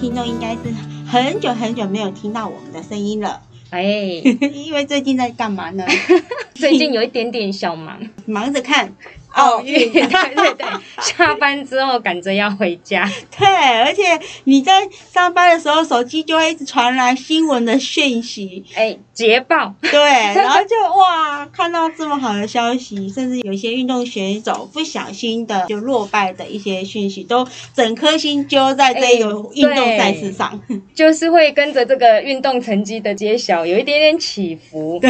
听众应该是很久很久没有听到我们的声音了， 哎，因为最近在干嘛 呢？最近有一点点小忙，忙着看 奥运。 对对对，下班之后赶着要回家，对，而且你在上班的时候，手机就会一直传来新闻的讯息，哎，捷报， 对，然后就哇，看到这么好的消息，甚至有些运动选手不小心的就落败的一些讯息，都整颗心揪在这个运动赛事上。就是会跟着这个运动成绩的揭晓有一点点起伏。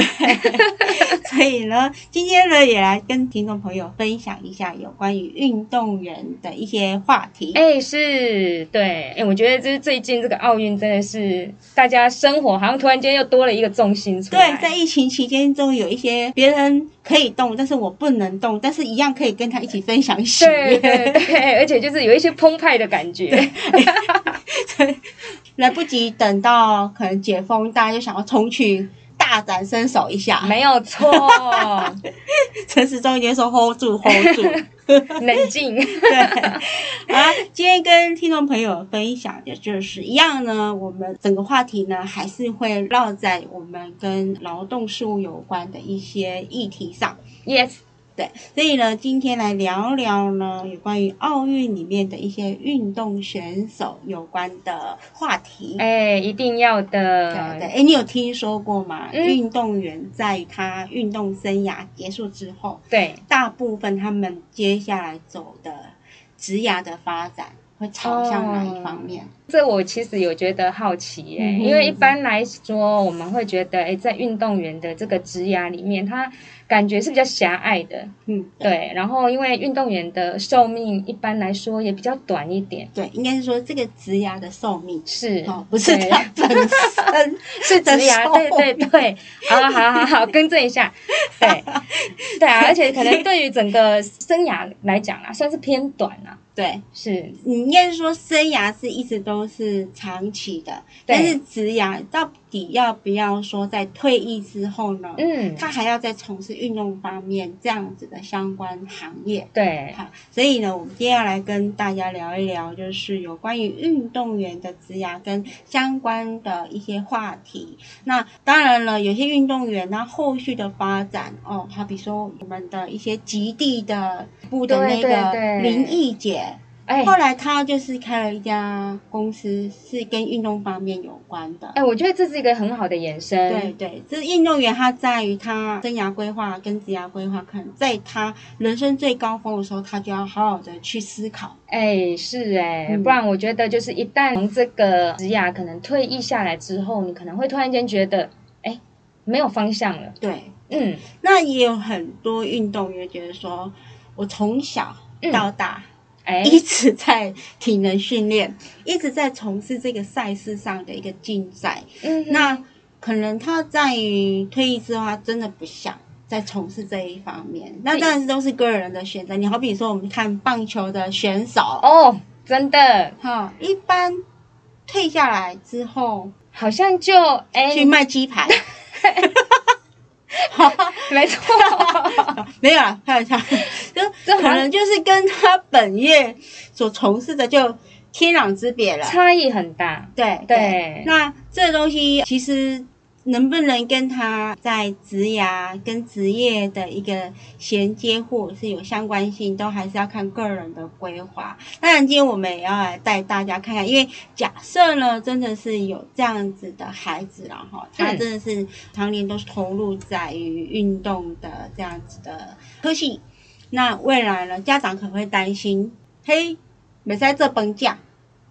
所以呢，今天呢也来跟听众朋友分享一下有关于运动员的一些话题。哎，是，对，哎，我觉得就是最近这个奥运真的是大家生活好像突然间又多了一个重心出来。对，在疫情期间中，有一些别人可以动，但是我不能动，但是一样可以跟他一起分享喜对悦。对对，而且就是有一些澎湃的感觉。 来不及等到可能解封，大家就想要冲去大展身手一下。没有 错，陈时中已经说 hold 住 hold 住。冷静。对，啊，今天跟听众朋友分享的就是一样呢，我们整个话题呢还是会绕在我们跟劳动事务有关的一些议题上。 Yes，对，所以呢，今天来聊聊呢，有关于奥运里面的一些运动选手有关的话题。哎，一定要对对，的。哎，你有听说过吗？嗯运动员在他运动生涯结束之后，对，大部分他们接下来走的职涯的发展会朝向哪一方面？这我其实有觉得好奇耶、嗯哼因为一般来说，我们会觉得，哎，在运动员的这个职涯里面，他感觉是比较狭隘的，嗯，对。然后，因为运动员的寿命一般来说也比较短一点，对，应该是说这个职涯的寿命是，哦，不是对他本身是职的涯，寿嗯对对对，好好好好好，更正一下，对，对啊，而且可能对于整个生涯来讲啊，算是偏短啊，对。是，你应该是说生涯是一直都是长期的，对但是职涯到底要不要说在退役之后呢？嗯，他还要再从事运动方面这样子的相关行业。对，好，所以呢，我们今天要来跟大家聊一聊，就是有关于运动员的职涯跟相关的一些话题。那当然了，有些运动员他后续的发展哦，好比说我们的一些极地的部的那对个对对林毅姐，哎。后来她就是开了一家公司，是跟运动方面有关的。哎，我觉得这是一个很好的延伸。对对，这运动员他在于他生涯规划跟职涯规划，可能在他人生最高峰的时候，他就要好好的去思考。哎，是哎、嗯不然我觉得就是一旦从这个职涯可能退役下来之后，你可能会突然间觉得，哎，没有方向了。对，嗯，那也有很多运动员觉得说，我从小嗯到大、哎，一直在体能训练，一直在从事这个赛事上的一个竞赛，嗯哼，那可能他在于退役之后，他真的不想。再从事这一方面，那对当然都是个人的选择。你好比说，我们看棒球的选手，哦，真的好，一般退下来之后好像就哎，去卖鸡排，没错，没有啦，开玩笑，就这好可能就是跟他本业所从事的就天壤之别了。差异很大。对对那这个东西其实能不能跟他在职涯跟职业的一个衔接或者是有相关性，都还是要看个人的规划。当然，今天我们也要来带大家看看，因为假设呢，真的是有这样子的孩子啦，然后他嗯真的是常年都是投入在于运动的这样子的科系，那未来呢，家长可能会担心，嘿，没在这崩架。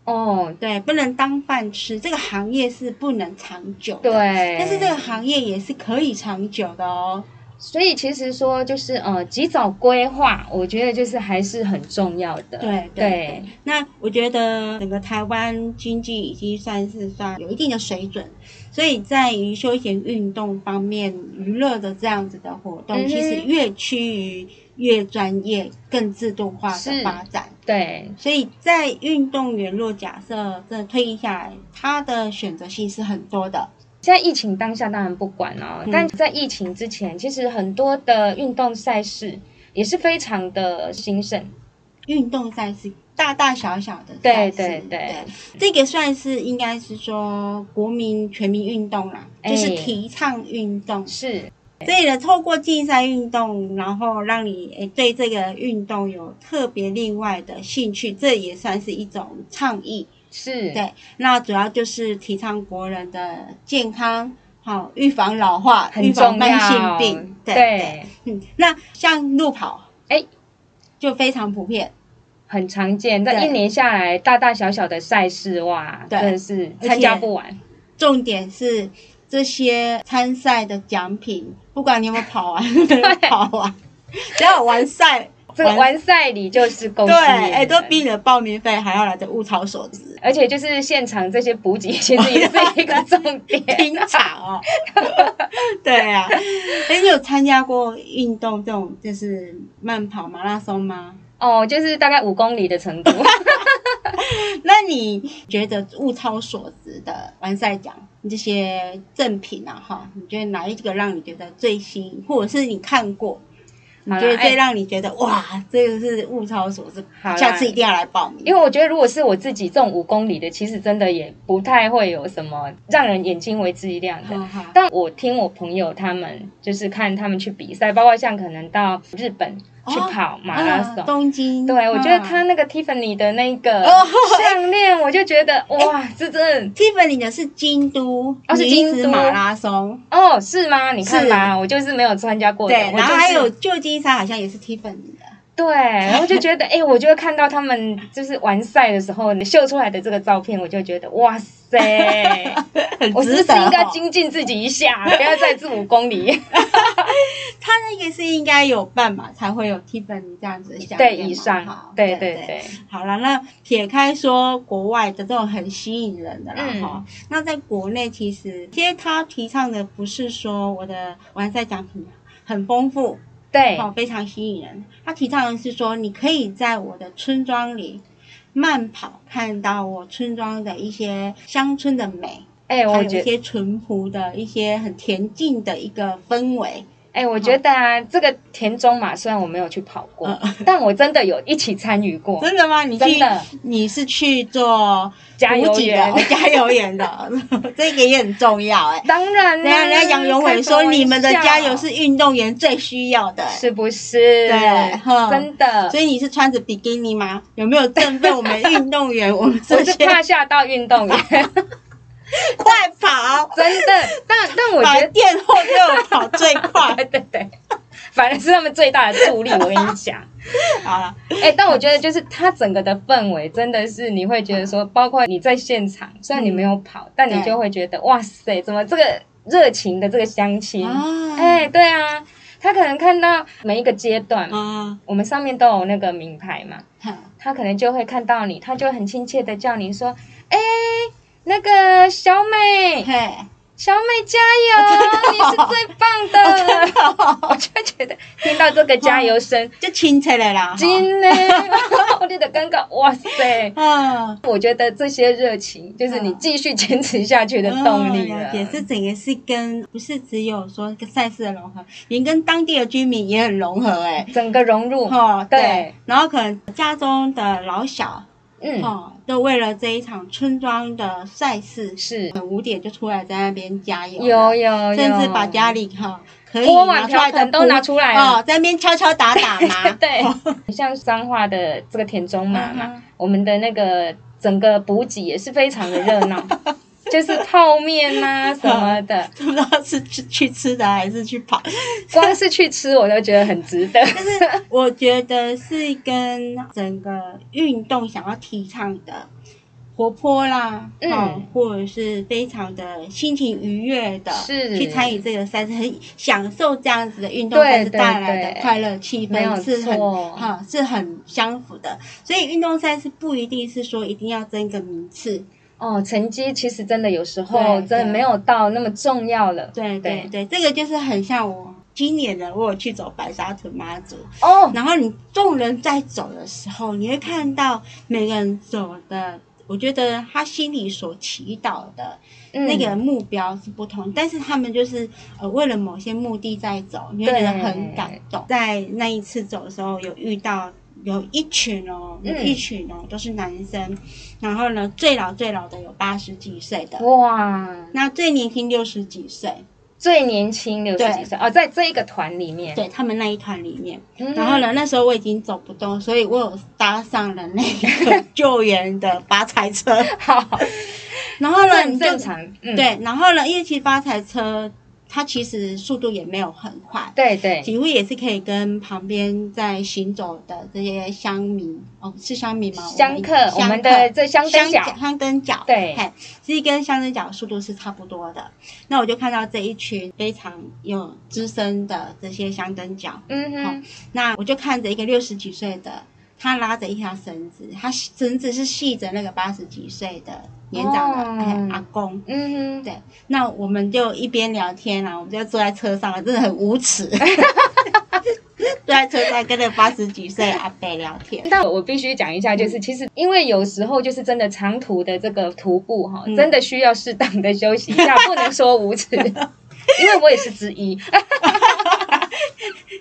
哦，对，不能当饭吃，这个行业是不能长久的。对，。但是这个行业也是可以长久的哦。所以其实说就是呃，及早规划，我觉得就是还是很重要的。对对那我觉得整个台湾经济已经算是算有一定的水准，所以在于休闲运动方面、娱乐的这样子的活动，嗯哼其实越趋于越专业、更自动化的是发展。对所以在运动员若假设这退役下来，他的选择性是很多的。现在疫情当下当然不管哦，嗯但在疫情之前，其实很多的运动赛事也是非常的兴盛。运动赛事，大大小小的赛对事，对对对，这个算是应该是说国民全民运动啦，哎就是提倡运动。是所以呢，透过竞赛运动，然后让你诶对这个运动有特别另外的兴趣，这也算是一种倡议。是，对那主要就是提倡国人的健康，好、预防老化，预很防重慢性要。病。对对，嗯，那像路跑，哎就非常普遍，很常见。那对一年下来，大大小小的赛事哇，对真的是而参加且不完。重点是这些参赛的奖品，不管你有没有跑完，跑完，只要有完赛，这个完赛礼就是恭对，喜你哎、们都比你的报名费还要来的物超所 值。而且就是现场这些补给，其实也是一个重 点。拼场哦，对啊，哎，你有参加过运动这种就是慢跑马拉松吗？哦，就是大概五公里的 程度。那你觉得物超所值的完赛奖这些赠品啊，哈，你觉得哪一个让你觉得最吸引，或者是你看过，你好啦觉得最哎让你觉得、哇，这个是物超所值好，啦下次一定要来报名。因为我觉得，如果是我自己这种五公里的，其实真的也不太会有什么让人眼睛为之一亮的。哈哈，但我听我朋友他们，就是看他们去比赛，包括像可能到日本去哦跑马拉松，啊东京，对我觉得啊他那个 Tiffany 的那个哦项链，我就觉 得哇，这真的 Tiffany 的是京都，哦是女京子都马拉松，哦，是吗？你看是吧，我就是没有参加过的，对，我然后就是还有旧金山好像也是 Tiffany 的， 对，然后就觉得，哎、我就会看到他们就是完赛的时候你秀出来的这个照片，我就觉得，哇塞，很 我是值不是得应该哦精进自己 一下，不要再自五公里？他那个是应该有办嘛，才会有 Tiffany 这样子的项对，链嘛以哈上，对对对对对，好了，那撇开说国外的这种很吸引人的啦嗯哈、那在国内其实，其实他提倡的不是说我的完赛奖品很丰富，对，哦，非常吸引人。他提倡的是说，你可以在我的村庄里慢跑，看到我村庄的一些乡村的美，哎、还我有一觉些淳朴的一些很恬静的一个氛围。哎、我觉得啊，这个田中马虽然我没有去跑过，嗯但我真的有一起参与过，真的吗？你去哦真的你是去做加油补给的员哦加油员的， 这个也很重要哎、当然人啦、家人家杨永开伟什么说，你们的嗯玩笑加油是运动员最需要的、是不是？对哼真的，所以你是穿着比基尼吗？有没有振奋我 们运动员？我们这我是些怕吓到运动 员，快跑，真的。但但我觉把得电后就跑最快 。对对对，反正是他们最大的助力。我跟你讲，好 了，哎、但我觉得就是它整个的氛围真的是你会觉得说，包括你在现场，虽然你没有跑，但你嗯对就会觉得哇塞，怎么这个热情的这个相亲？啊哎、对啊，他可能看到每一个阶段，啊，我们上面都有那个名牌嘛，哼他可能就会看到你，他就会很亲切的叫你说，哎、那个小美，嘿，小美加哦油，你是最棒的。 我就觉得听到这个加油声，就亲切了啦。哈真的， 我就得尴尬，哇塞！嗯，我觉得这些热情就是你继续坚持下去的动力哦了。了解，这整个是跟不是只有说跟赛事的融合，连跟当地的居民也很融合哎、整个融入，哦，对对，然后可能家中的老小嗯，哦，都为了这一场村庄的赛事，是很五点就出来在那边加油有了，有有，甚至把家里哈、可以锅拿碗出来瓢的盆都拿出出来哦了。，在那边敲敲打打嘛， 哦对，像彰化的这个田中妈嗯妈哼，我们的那个整个补给也是非常的热 闹，就是泡面呐什么的， 不知道是去去吃的还是去跑，光是去吃我都觉得很值得。我觉得是跟整个运动想要提倡的活泼啦，嗯哦或者是非常的心情愉悦的，是去参与这个赛事，很享受这样子的运动赛事对对带来的对快乐气没有氛，是很错哈、是很相符的。所以运动赛事不一定是说一定要争个名次， 哦，成绩其实真的有时候对真对的没有到那么重要了。对对对，这个就是很像我。今年的我有去走白沙屯妈祖，哦，然后你众人在走的时候，你会看到每个人走的，我觉得他心里所祈祷的嗯那个目标是不同，但是他们就是呃为了某些目的在走，你会觉得很感动。在那一次走的时候，有遇到有一群哦，有嗯一群哦，都是男生。然后呢，最老最老的有八十几岁的，哇，那最年轻六十几岁，最年轻六十对几岁哦，在这一个团里面，对他们那一团里面。嗯然后呢，那时候我已经走不动，所以我有搭上了那 个救援的发财车。嗯 好，然后这呢，很你就正常，嗯，对，然后呢，因为其实发财车它其实速度也没有很快，对对，几乎也是可以跟旁边在行走的这些乡民，哦，是乡民吗？香客，乡我们的这香灯乡角，香灯角，对嘿，其实跟香灯角的速度是差不多的。那我就看到这一群非常有资深的这些香灯角，嗯哼，那我就看着一个六十几岁的，他拉着一条绳子，他绳子是系着那个八十几岁的年长的、哦哎阿公。嗯哼，对，那我们就一边聊天啊啦、我们就坐在车上了，真的很无 耻。坐在车上跟那八十几岁阿伯聊天，但我必须讲一下，嗯就是其实因为有时候就是真的长途的这个徒步哈，嗯真的需要适当的休息一下，不能说 无耻，因为我也是之一。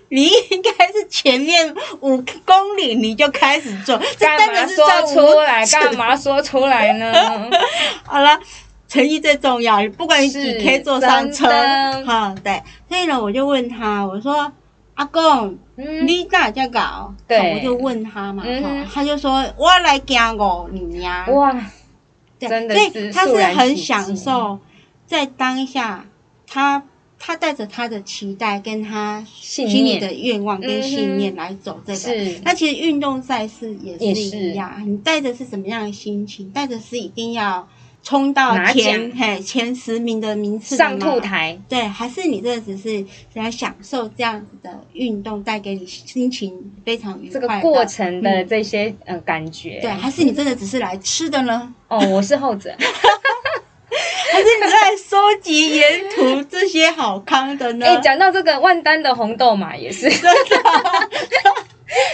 你应该是前面五公里你就开始做，这干真嘛的是在说无出来？耻干嘛说出来呢？好了，诚意最重要，不管你几是 K 坐上车，真的哈、对。所以呢，我就问他，我说：“阿公，嗯，你哪这搞？”对好我就问他嘛，哈、嗯哼他就说：“我来行五年呀。哇，对”真的所以是他肃是然起很敬享受在当下，他他带着他的期待跟他信心里念的愿望跟信念嗯来走这个。是那其实运动赛事也也是是一样，你带着是什么样的心情？带着是一定要冲到拿前奖嘿前十名的名次的上吗兔。台，对，还是你这只是来享受这样子的运动带给你心情非常愉这个快的过程的嗯这些呃感觉，对，还是你真的只是来吃的 呢？哦，我是后者，还是你在收集沿途这些好康的呢？哎、讲到这个万丹的红豆嘛，也是，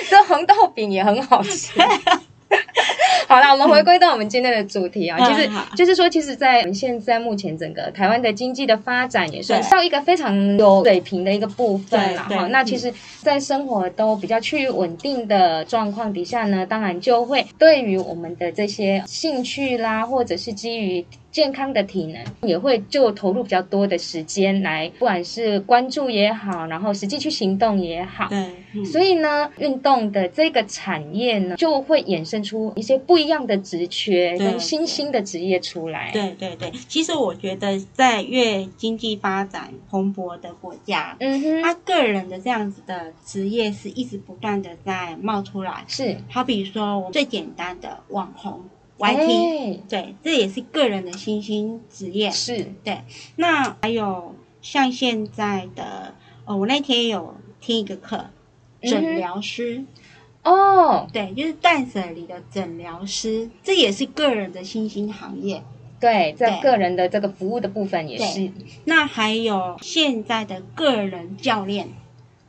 这红豆饼也很 好吃。好啦，我们回归到我们今天的主题啊，嗯就是好就是说，其实，在我们现在目前整个台湾的经济的发展，也算对到一个非常有水平的一个部分了对嗯哈。对那其实，在生活都比较趋于稳定的状况底下呢，当然就会对于我们的这些兴趣啦，或者是基于健康的体能，也会就投入比较多的时间来，不管是关注也好，然后实际去行动也好。对，嗯所以呢，运动的这个产业呢，就会衍生出一些不一样的职缺对跟新兴的职业出来。，对对对，其实我觉得在越经济发展蓬勃的国家，嗯哼，他个人的这样子的职业是一直不断的在冒出来，是好比说我们最简单的网红 YT，、 YT 对，这也是个人的新兴职业。哎是那还有像现在的，呃，我那天有听一个课，诊疗师，哦，对，就是断舍离的诊疗师，这也是个人的新兴行业。对，在对个人的这个服务的部分也对是那还有现在的个人教练，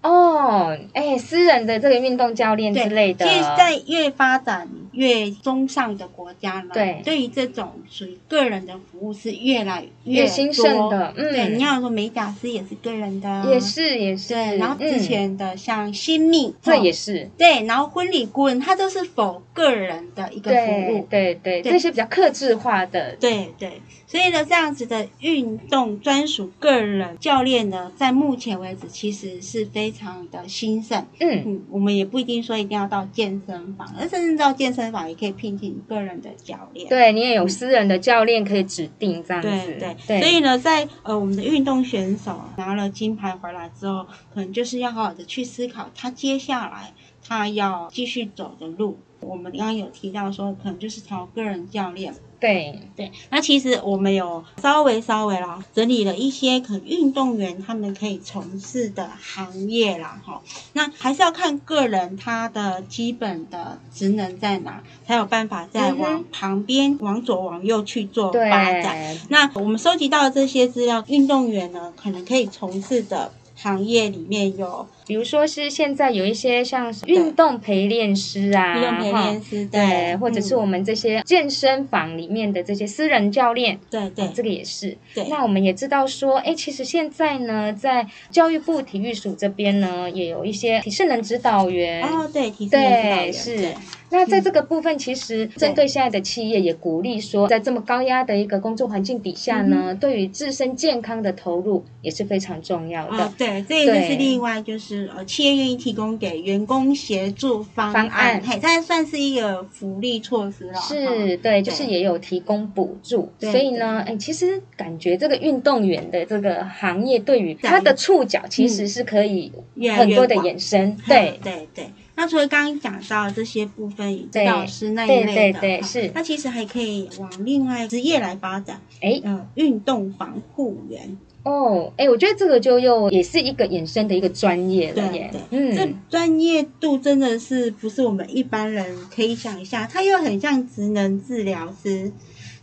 哦，哎，私人的这个运动教练对之类的，其实，在越发展越中上的国家呢，对于这种属于个人的服务是越来越多兴盛。的，嗯，对，你要说美甲师也是个人的啊，也是也是，对。然后之嗯前哦的像新密，这也是是。对，然后婚礼顾问，他都是否个人的一个服对务。对对，对这些比较克制化的，对对，所以呢，这样子的运动专属个人教练呢，在目前为止其实是非常的兴盛。嗯，嗯，我们也不一定说一定要到健身房，而甚至到健身房也可以聘请个人的教练。对你也有私人的教练可以指定这样子，对对对，所以呢，在呃我们的运动选手拿了金牌回来之后，可能就是要好好的去思考他接下来他要继续走的路。我们刚刚有提到说，可能就是朝个人教练。对对，那其实我们有稍微稍微啦，整理了一些可能运动员他们可以从事的行业啦，哈。那还是要看个人他的基本的职能在哪，才有办法再嗯哼往旁边、往左、往右去做对发展。那我们收集到这些资料，运动员呢可能可以从事的行业里面有比如说是现在有一些像是运动陪练师啊，利用陪哈练师嗯对，或者是我们们这些健身房里面的这些私人教练，对对这个也是。对那我们也知道说，哎，其实现在呢，在教育部体育署这边呢，也有一些体适能指导员。哦对提升人指导对，员是对。那在这嗯个部分，其实针对现在的企业，也鼓励说，在这么高压的一个工作环境底下嗯呢，对于自身健康的投入也是非常重要的。哦，对，这个对是另外就是呃，企业愿意提供给员工协助方方案嘿，它算是一个福利措施了。哈 是对，就是也有提供补助，嗯对所以呢，哎，其实感觉这个运动员的这个行业对于他的触角其实是可以嗯越来很越多的广延伸，对 对对。那除了刚刚讲到这些部分，指对导师那一对类的，对对哈是那其实还可以往另外职业来发展，哎嗯，运动防护员，哦，哎，我觉得这个就又也是一个衍生的一个专业对了耶对，，这嗯，专业度真的是不是我们一般人可以想象，它又很像职能治疗师，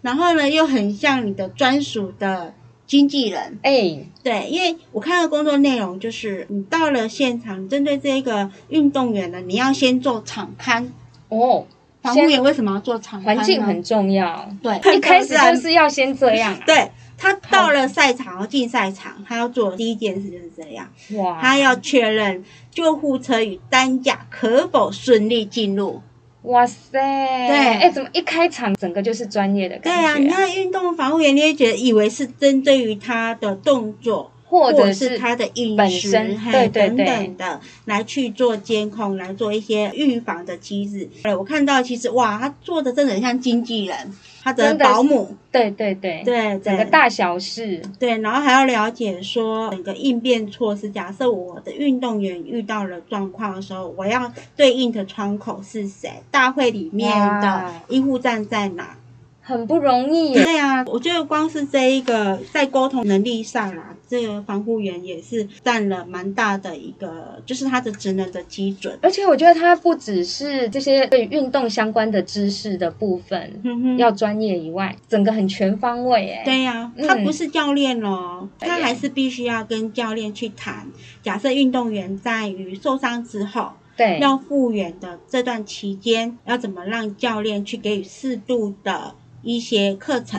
然后呢又很像你的专属的经纪人，哎，对，因为我看到工作内容就是，你到了现场，针对这个运动员呢，你要先做场刊。哦，防护员为什么要做场刊呢？环境很重要，对， 一开很自始就然是要先这样啊，对他到了赛场，要进赛场，他要做的第一件事就是这样，哇，他要确认救护车与担架可否顺利进入。哇塞，对哎，怎么一开场整个就是专业的对啊，感你觉啊，看运动防护员，你会觉得以为是针对于他的动作。或者者是是他的饮本食身嘿对对等对等的来去做监控，来做一些预防的机制。哎，我看到其实哇，他做的真的很像经纪人，他的真的保姆，对对对，对整个对大小事。对，然后还要了解说整个应变措施。假设我的运动员遇到了状况的时候，我要对应的窗口是谁？大会里面的哇医护站在哪？很不容易耶。对啊，我觉得光是这一个在沟通能力上啦，这个防护员也是占了蛮大的一个，就是他的职能的基准。而且我觉得它不只是这些对运动相关的知识的部分、嗯哼哼，要专业以外，整个很全方位哎。对呀、嗯他不是教练哦，哎他还是必须要跟教练去谈。假设运动员在于受伤之后对要复原的这段期间，要怎么让教练去给予适度的一些课程，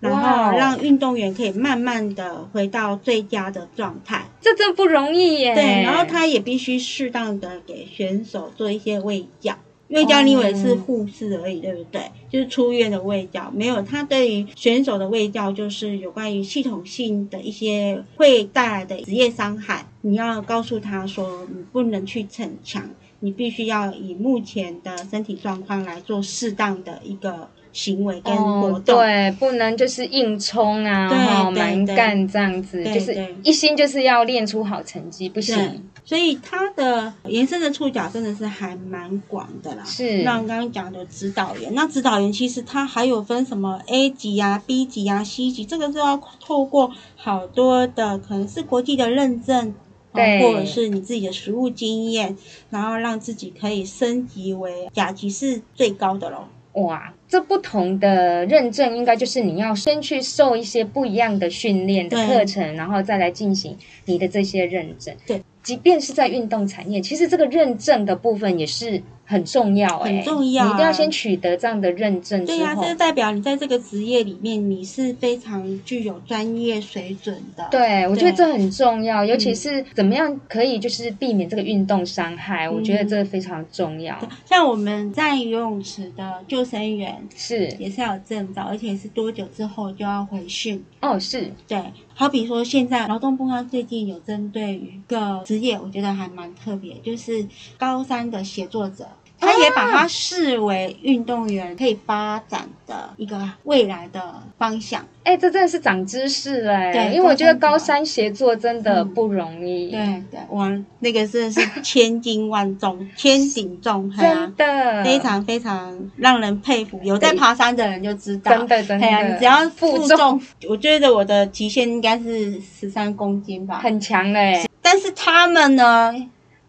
然哇后哦让运动员可以慢慢的回到最佳的状态。这真不容易耶。对，然后他也必须适当的给选手做一些喂教，喂教你以为是护士而已，对不对？就是出院的喂教，没有他对于选手的喂教就是有关于系统性的一些会带来的职业伤害，你要告诉他说你不能去逞强，你必须要以目前的身体状况来做适当的一个行为跟活哦，动。对，不能就是硬冲啊，对哈，对蛮对干这样子，对就是对一心就是要练出好成绩，不对行。，所以他的延伸的触角真的是还蛮广的啦。是，那我们刚刚讲的指导员，那指导员其实他还有分什么 A 级啊、B 级啊、C 级，这个是要透过好多的可能是国际的认证，啊对或者是你自己的实务经验，然后让自己可以升级为甲级是最高的咯。哇，这不同的认证应该就是你要先去受一些不一样的训练的对课程，然后再来进行你的这些认证。对，即便是在运动产业，其实这个认证的部分也是很重要、欸，很重要啊你一定要先取得这样的认证对之呀、后，这就代表你在这个职业里面你是非常具有专业水准的。对，我觉得这很重要，尤其嗯是怎么样可以就是避免这个运动伤害，我觉得嗯这非常重要。像我们在游泳池的救生员是，也是要有证照，而且是多久之后就要回训。哦，是，对，好比说现在劳动部它最近有针对于一个职业，我觉得还蛮特别，就是高三的写作者。他也把它视为运动员可以发展的一个未来的方向。哎、这真的是长知识哎、对因为我觉得高高三三协作真的嗯不容易。对对，哇，那个真的是千斤万重，千顶重，嘿啊 真的非常非常让人佩服。有在爬山的人就知道，真的真的，哎呀，你只要负负重，我觉得我的极限应该是十三公斤吧。很强嘞、但是他们呢，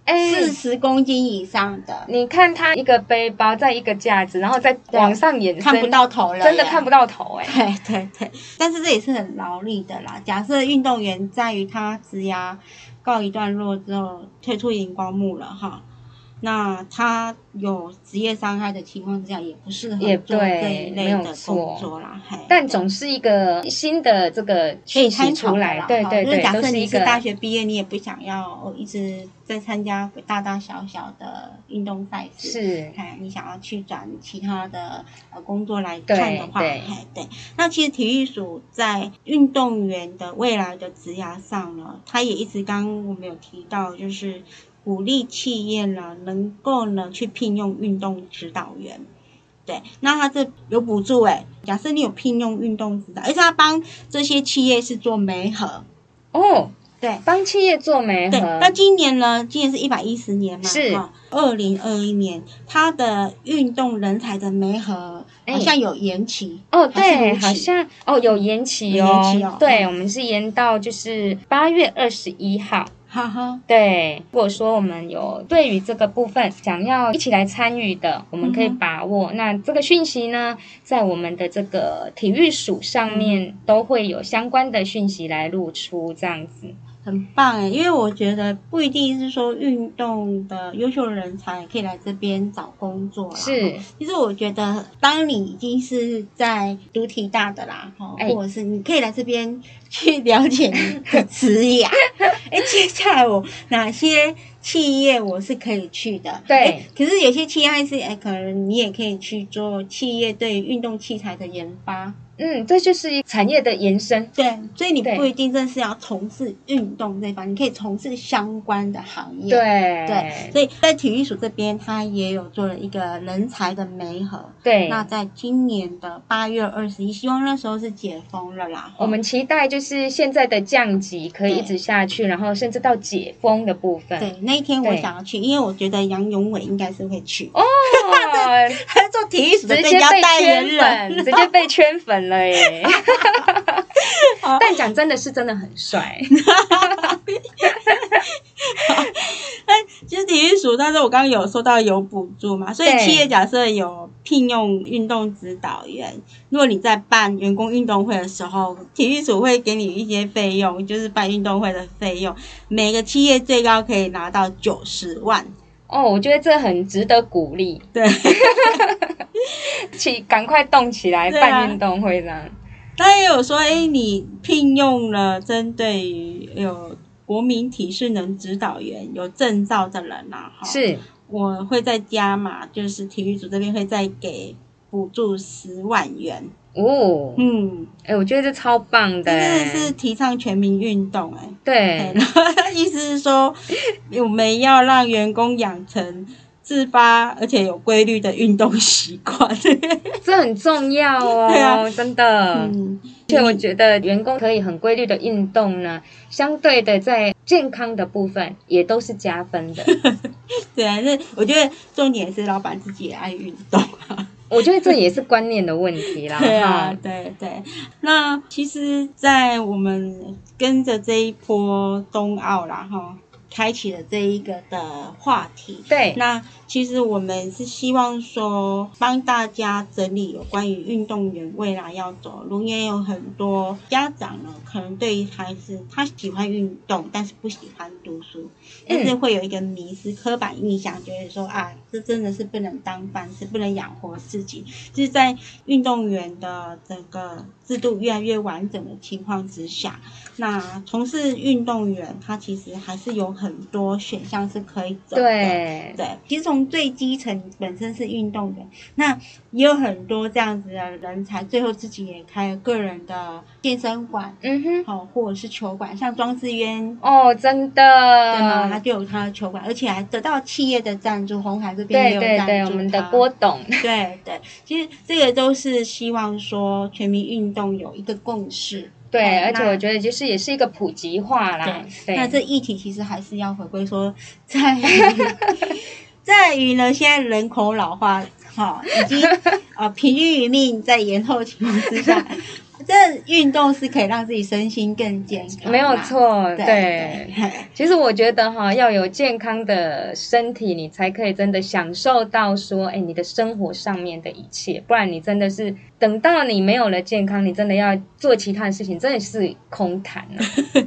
哎、四十公斤以上的，你看他一个背包，再一个架子，然后再往上延伸，啊看不到头了，真的看不到。到头哎、对对对，但是这也是很劳力的啦。假设运动员在于他职涯告一段落之后退出荧光幕了哈，那他有职业伤害的情况之下，也不适合也做对这一没类有的工错作啦。嘿但总是一个新的这个可以讯息参考出的来啦，对哈对就是对，假都设是你一个是大学毕业，你也不想要哦一直在参加大大小小的运动赛事，是哎，你想要去转其他的呃工作来对看的话，对哎，对。那其实体育署在运动员的未来的职涯上呢，他也一直刚刚我们有提到，就是鼓励企业呢能够呢去聘用运动指导员。对，那他这有补助哎、假设你有聘用运动指导，而且他帮这些企业是做媒合，哦，对，帮企业做媒对，合那，今年呢？今年是一百一十年嘛，嗯是二零二一年，它的运动人才的媒合哎好像有延期，哦，还是对，如好期像哦有延期有哦，延期哦对，嗯我们是延到就是八月二十一号。哈哈，对，如果说我们有对于这个部分想要一起来参与的，我们可以嗯哼把握。那这个讯息呢，在我们的这个体育署上面都会有相关的讯息来露出，这样子。很棒哎！因为我觉得不一定是说运动的优秀人才可以来这边找工作啦。是，其实我觉得，当你已经是在读体大的啦，哈、哎或者是你可以来这边去了解你的职业。 哎，接下来我哪些企业我是可以去的？对哎，可是有些企业还是哎，可能你也可以去做企业对运动器材的研发。嗯，这就是一产业的延伸。对，所以你对不一定真的是要从事运动这一方，你可以从事相关的行业。对对，所以在体育署这边，他也有做了一个人才的媒合。对那在今年的八月二十一，希望那时候是解封了啦。我们期待就是现在的降级可以对一直下去，然后甚至到解封的部分。对那一天我对想要去，因为我觉得杨永伟应该是会去，哦， 他做体育署直的接最佳被代言圈人。粉，直接被圈粉了耶！但讲真的是真的很帅， 其实体育署，但是我刚刚有说到有补助嘛，所以对企业假设有聘用运动指导员，如果你在办员工运动会的时候，体育署会给你一些费用，就是办运动会的费用，每个企业最高可以拿到九十万。哦，我觉得这很值得鼓励，对。起赶快动起来，对啊办运动会这样。他也有说，哎、你聘用了针对于有国民体适能指导员、有证照的人呐、哈，是我会再加码，就是体育组这边会再给补助十万元，哦，嗯，哎，我觉得这超棒真的的耶，是提倡全民运动、诶哎，对，然后 他意思是说，我们要让员工养成自发而且有规律的运动习惯， 这很重要对啊哦，真的。嗯，而且我觉得员工可以很规律的运动呢，相对的在健康的部分也都是加 分的。对啊，那我觉得重点是老板自己也爱运动啊。我觉得这也是观念的问题啦，对啊哈，，对对。那其实，在我们跟着这一波冬奥啦，哈，开启了这一个的话题。对，那其实我们是希望说，帮大家整理有关于运动员未来要走的路，因为有很多家长呢，可能对于孩子他喜欢运动，但是不喜欢读书，嗯但是会有一个迷失、刻板印象，觉得说啊，这真的是不能当饭吃，不能养活自己。就是在运动员的整个制度越来越完整的情况之下，那从事运动员他其实还是有很多选项是可以走的。对，对，其实从最基层本身是运动员，那也有很多这样子的人才，最后自己也开了个人的健身馆，嗯哼，好、或者是球馆，像庄智渊。哦，真对吗？他的，就有他的球馆，而且还得到企业的赞助，红海这边也对有对赞助对，我们的他郭董，对对，其实这个都是希望说全民运动有一个共识。对，那而且我觉得就是也是一个普及化啦，那这对，议题其实还是要回归说，在于 在于呢，现在人口老化哈、以及呃平均余命在延后的情况之下，这运动是可以让自己身心更健康，没有，错，对对。对其实我觉得哈，要有健康的身体，你才可以真的享受到说，哎，你的生活上面的一切。不然你真的是等到你没有了健康，你真的要做其他的事情，真的是空谈 啊，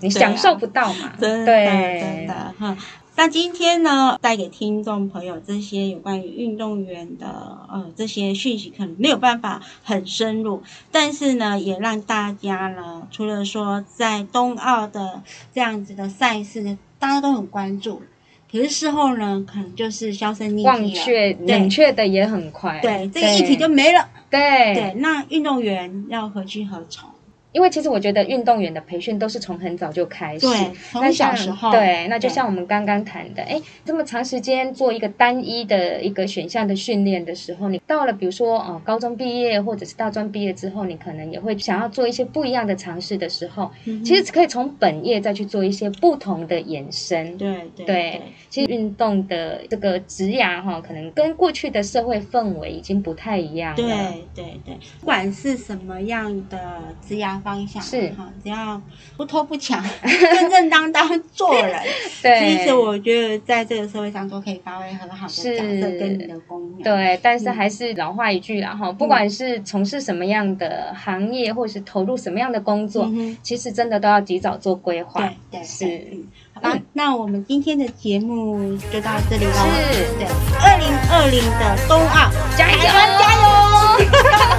你享受不到嘛。真的对真的哈。那今天呢，带给听众朋友这些有关于运动员的呃这些讯息，可能没有办法很深入，但是呢，也让大家呢，除了说在冬奥的这样子的赛事，大家都很关注，可是事后呢，可能就是销声匿忘迹了。却冷却的也很快。对，这个议题就没了。对对，那运动员要何去何从？因为其实我觉得运动员的培训都是从很早就开始，对，那从小像时候，对，那就像我们刚刚谈的，哎，这么长时间做一个单一的一个选项的训练的时候，你到了比如说哦、呃高中毕业或者是大专毕业之后，你可能也会想要做一些不一样的尝试的时候，嗯哼其实可以从本业再去做一些不同的延伸。对对对，其实运动的这个职涯哈，可能跟过去的社会氛围已经不太一样了。对对对，不管是什么样的职涯方向，啊是哈，只要不偷不抢， 正正当当做人， 对，其实我觉得在这个社会上都可以发挥很好的角是色跟你的功能。对，但是嗯还是老话一句啦哈，不嗯管是从事什么样的行业，或是投入什么样的工作，嗯其实真的都要及早做规哼，划对。对是对嗯，好吧嗯，那我们今天的节目就到这里喽。是对，二零二零的冬奥，加油，台湾加油！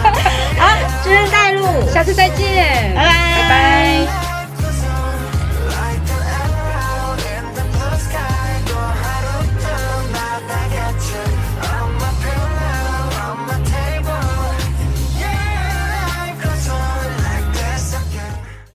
好，知识带路，下次再拜拜见，拜拜